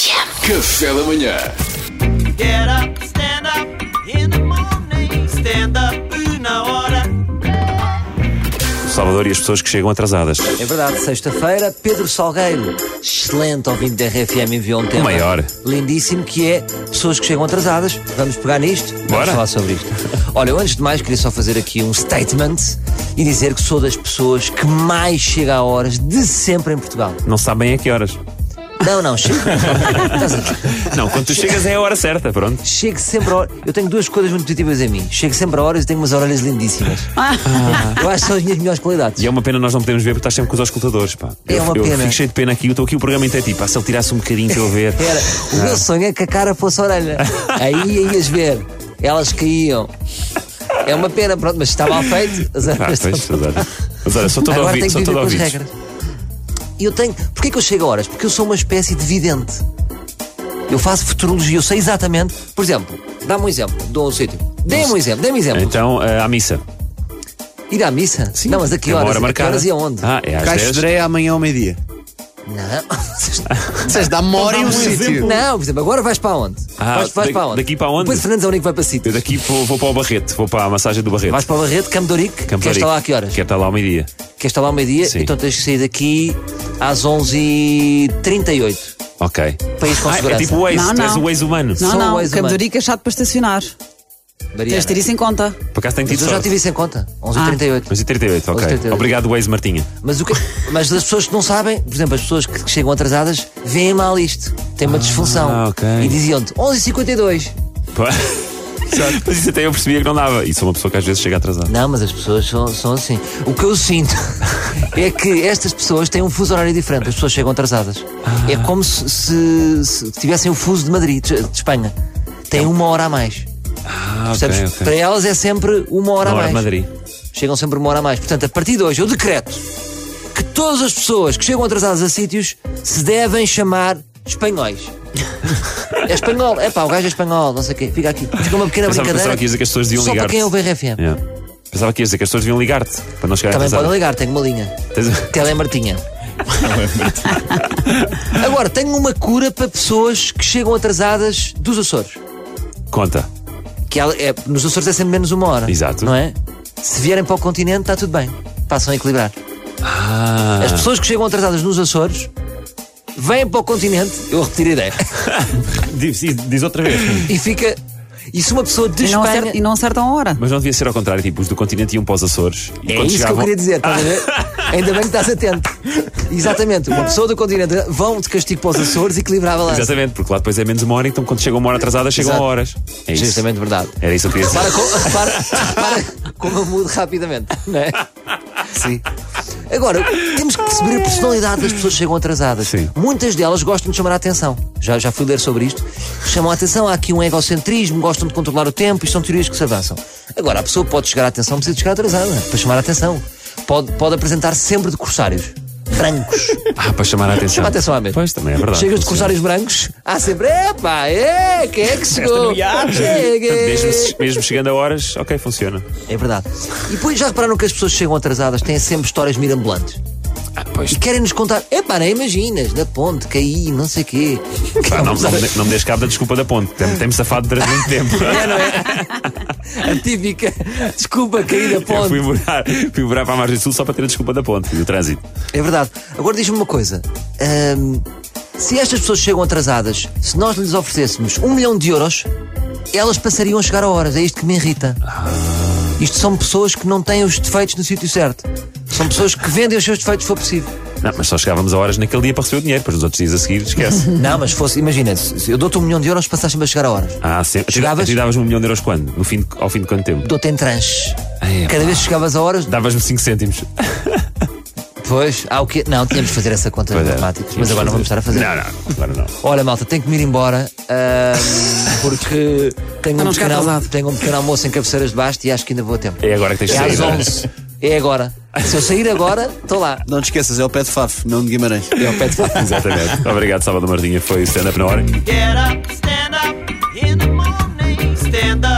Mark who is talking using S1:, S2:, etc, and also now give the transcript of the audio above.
S1: Café da manhã.
S2: Get up, stand up in the morning. Stand up na hora.
S3: Salvador e as pessoas que chegam atrasadas.
S4: É verdade, sexta-feira, Pedro Salgueiro, excelente ouvinte da RFM, enviou um tema
S3: O maior.
S4: lindíssimo que é pessoas que chegam atrasadas. Vamos pegar nisto?
S3: Bora.
S4: Vamos falar sobre isto. Olha, eu antes de mais queria só fazer aqui um statement e dizer que sou das pessoas que mais chega a horas de sempre em Portugal.
S3: Não sabem a que horas.
S4: Não, não, chego. Estás a ver?
S3: Não, quando tu chegas é a hora certa, pronto.
S4: Chego sempre a horas. Eu tenho duas coisas muito positivas em mim. Chego sempre a horas e tenho umas orelhas lindíssimas. Eu acho que são as minhas melhores qualidades.
S3: E é uma pena nós não podemos ver porque estás sempre com os auscultadores, pá.
S4: É
S3: Eu-
S4: uma
S3: eu,
S4: pena.
S3: fico cheio de pena aqui. Eu estou aqui o programa inteiro, tipo, ah, se ele tirasse um bocadinho para eu ver.
S4: Era, o
S3: Ah.
S4: meu sonho é que a cara fosse a orelha. Aí ias ver, elas caíam. É uma pena, pronto, mas estava mal feito. As
S3: Ah,
S4: orelhas
S3: pois,
S4: estão-
S3: saudade. Mas olha, sou todo
S4: Agora
S3: ouvido,
S4: tenho que
S3: sou todo
S4: viver com as
S3: ouvido.
S4: regras. E eu tenho. Porquê que eu chego a horas? Porque eu sou uma espécie de vidente. Eu faço futurologia, eu sei exatamente. Por exemplo, dá-me um exemplo, dou um sítio. Dê-me um exemplo, dê-me um exemplo.
S3: Então, ah, à missa.
S4: Ir à missa? Sim. Não, mas a que
S3: é uma
S4: horas?
S3: hora
S4: A que
S3: marcada.
S4: horas e aonde?
S3: Ah, é às
S5: Caixo
S3: 10.
S5: de Dré amanhã ao meio-dia.
S4: Não.
S5: Vocês dá-me uma hora e um sítio.
S4: Não, por exemplo, agora vais para onde?
S3: Ah,
S4: vais, vais
S3: da-
S4: para onde?
S3: daqui para onde?
S4: Depois Fernandes é o único que vai para sítios.
S3: Eu daqui vou, vou para o Barreto, vou para a massagem do Barreto.
S4: Vais para o Barreto, Campo de Ourique,
S3: Campo
S4: queres
S3: de Ourique.
S4: estar lá a que horas?
S3: Quero estar lá ao meio-dia.
S4: Queres estar lá ao meio-dia,
S3: Sim.
S4: então tens que sair daqui às 11h38.
S3: Ok.
S4: País com
S3: Ah, é
S4: segurança.
S3: tipo o Waze,
S6: Não,
S3: tu és
S6: não.
S3: o Waze humano.
S6: Não,
S4: Só o
S6: não,
S4: ex
S6: o Cabo
S4: humano.
S6: de Ourique é chato para estacionar. Tens de ter isso em conta.
S3: Por acaso tenho
S4: Mas
S3: tido
S4: eu já
S3: sorte.
S4: tive isso em conta, 11h38.
S3: Mas e 38, ok.
S4: 38.
S3: Obrigado, Waze Martinha.
S4: Mas, o que... Mas as pessoas que não sabem, por exemplo, as pessoas que que chegam atrasadas, veem mal isto. Tem uma disfunção.
S3: Ah, ok.
S4: E diziam-te 11h52.
S3: Pá. Mas isso até eu percebia que não dava. E sou uma pessoa que às vezes chega atrasada.
S4: Não, mas as pessoas são, são assim. O que eu sinto é que estas pessoas têm um fuso horário diferente. As pessoas chegam atrasadas.
S3: Ah.
S4: É como se, se- se tivessem o fuso de Madrid, de, de Espanha. Têm uma hora a mais.
S3: É. Ah,
S4: Percebes? Para elas é sempre uma hora
S3: Na
S4: a
S3: hora
S4: mais.
S3: de Madrid.
S4: Chegam sempre uma hora a mais. Portanto, a partir de hoje, eu decreto que todas as pessoas que chegam atrasadas a sítios se devem chamar espanhóis. é espanhol, é pá, o gajo é espanhol, não sei o quê. Fica aqui. Fica uma pequena
S3: Pensava,
S4: brincadeira.
S3: pensava que ias dizer que as pessoas deviam
S4: só para
S3: ligar-te.
S4: quem é o BRFM.
S3: Yeah. Pensava que ias dizer que as pessoas deviam ligar-te para não chegar
S4: Também
S3: atrasada.
S4: podem ligar, tenho uma linha.
S3: Tens-
S4: Telemartinha. Agora, tenho uma cura para pessoas que chegam atrasadas dos Açores.
S3: Conta.
S4: Que ela- é- nos Açores é sempre menos uma hora.
S3: Exato.
S4: Não é? Se vierem para o continente, está tudo bem. Passam a equilibrar.
S3: Ah.
S4: As pessoas que chegam atrasadas nos Açores vêm para o continente, eu retiro a ideia,
S3: Diz, diz outra vez.
S4: e fica. E se uma pessoa de
S6: E não,
S4: Espanha.
S6: acerta, e não acertam a hora.
S3: Mas não devia ser ao contrário, tipo, os do continente iam para os Açores. E
S4: É
S3: quando
S4: isso que
S3: chegavam- Ah.
S4: eu queria dizer, estás a ver? Ainda bem que estás atento. Exatamente, uma pessoa do continente vão de castigo para os Açores, equilibrava lá.
S3: Exatamente, porque lá depois é menos uma hora, então quando chegam uma hora atrasada, chegam
S4: Exato.
S3: a horas. É isso.
S4: Justamente verdade.
S3: Era isso que eu queria dizer.
S4: Para, co- para, para como eu mudo rapidamente, não é? Sim. Agora, temos que perceber a personalidade das pessoas que chegam atrasadas.
S3: Sim.
S4: Muitas delas gostam de chamar a atenção. Já, já fui ler sobre isto. Chamam a atenção, há aqui um egocentrismo, gostam de controlar o tempo e são teorias que se avançam. Agora, a pessoa pode chegar à atenção, não precisa de chegar atrasada para chamar a atenção. Pode, pode apresentar sempre de corsários brancos.
S3: Ah, para chamar a atenção.
S4: Chama a atenção à mesa.
S3: Pois, também é verdade.
S4: Chegas de
S3: Funciona.
S4: corsários brancos, há sempre, epá, é, quem é que chegou?
S3: Portanto, mesmo,
S4: Cheguei.
S3: se- mesmo chegando a horas, ok, funciona.
S4: É verdade. E depois já repararam que as pessoas que chegam atrasadas têm sempre histórias mirambulantes.
S3: Ah, pois.
S4: E querem-nos contar, epá, nem imaginas, da ponte, caí, não sei quê.
S3: Pá, não, não, me- não me des cabo da desculpa da ponte. Tem- Tem-me safado durante muito tempo.
S4: é? A típica desculpa, caí da
S3: Eu fui
S4: ponte.
S3: morar, fui morar para a margem sul só para ter a desculpa da ponte e do trânsito.
S4: É verdade. Agora diz-me uma coisa. Ahm, se estas pessoas chegam atrasadas, se nós lhes oferecêssemos um milhão de euros, elas passariam a chegar a horas. É isto que me irrita.
S3: Ah.
S4: Isto são pessoas que não têm os defeitos no sítio certo. São pessoas que vendem os seus defeitos se for possível.
S3: Não, mas só chegávamos a horas naquele dia para receber o dinheiro, depois nos outros dias a seguir, esquece.
S4: Não, mas fosse, imagina, se se eu dou-te um milhão de euros, passaste-me a chegar a horas.
S3: Ah, sempre.
S4: Chegavas?
S3: Tu davas-me um milhão de euros quando? No fim de- ao fim de quanto tempo?
S4: Dou-te em tranches.
S3: Ai,
S4: Cada
S3: É, pá.
S4: vez que chegavas a horas,
S3: Davas-me 5 cêntimos.
S4: depois, há o quê? Não, tínhamos de fazer essa conta de
S3: Pois é.
S4: matemáticas, mas agora não vamos estar a fazer.
S3: Não, não, agora não.
S4: Olha, malta, tenho que me ir embora ahm, porque tenho um,
S6: não ficar
S4: pequeno, al-
S6: atrasado.
S4: tenho um pequeno almoço em cabeceiras de basto e acho que ainda vou a tempo.
S3: É agora que tens de
S4: É às
S3: sair. não é?
S4: 11. É agora. Se eu sair agora, estou lá.
S5: Não te esqueças, é o pé de Fafo, não de Guimarães.
S4: É ao pé de
S3: Exatamente. Obrigado, Salvador Martinha. Foi o stand-up na hora.
S2: Get up, stand up in the morning. Stand up.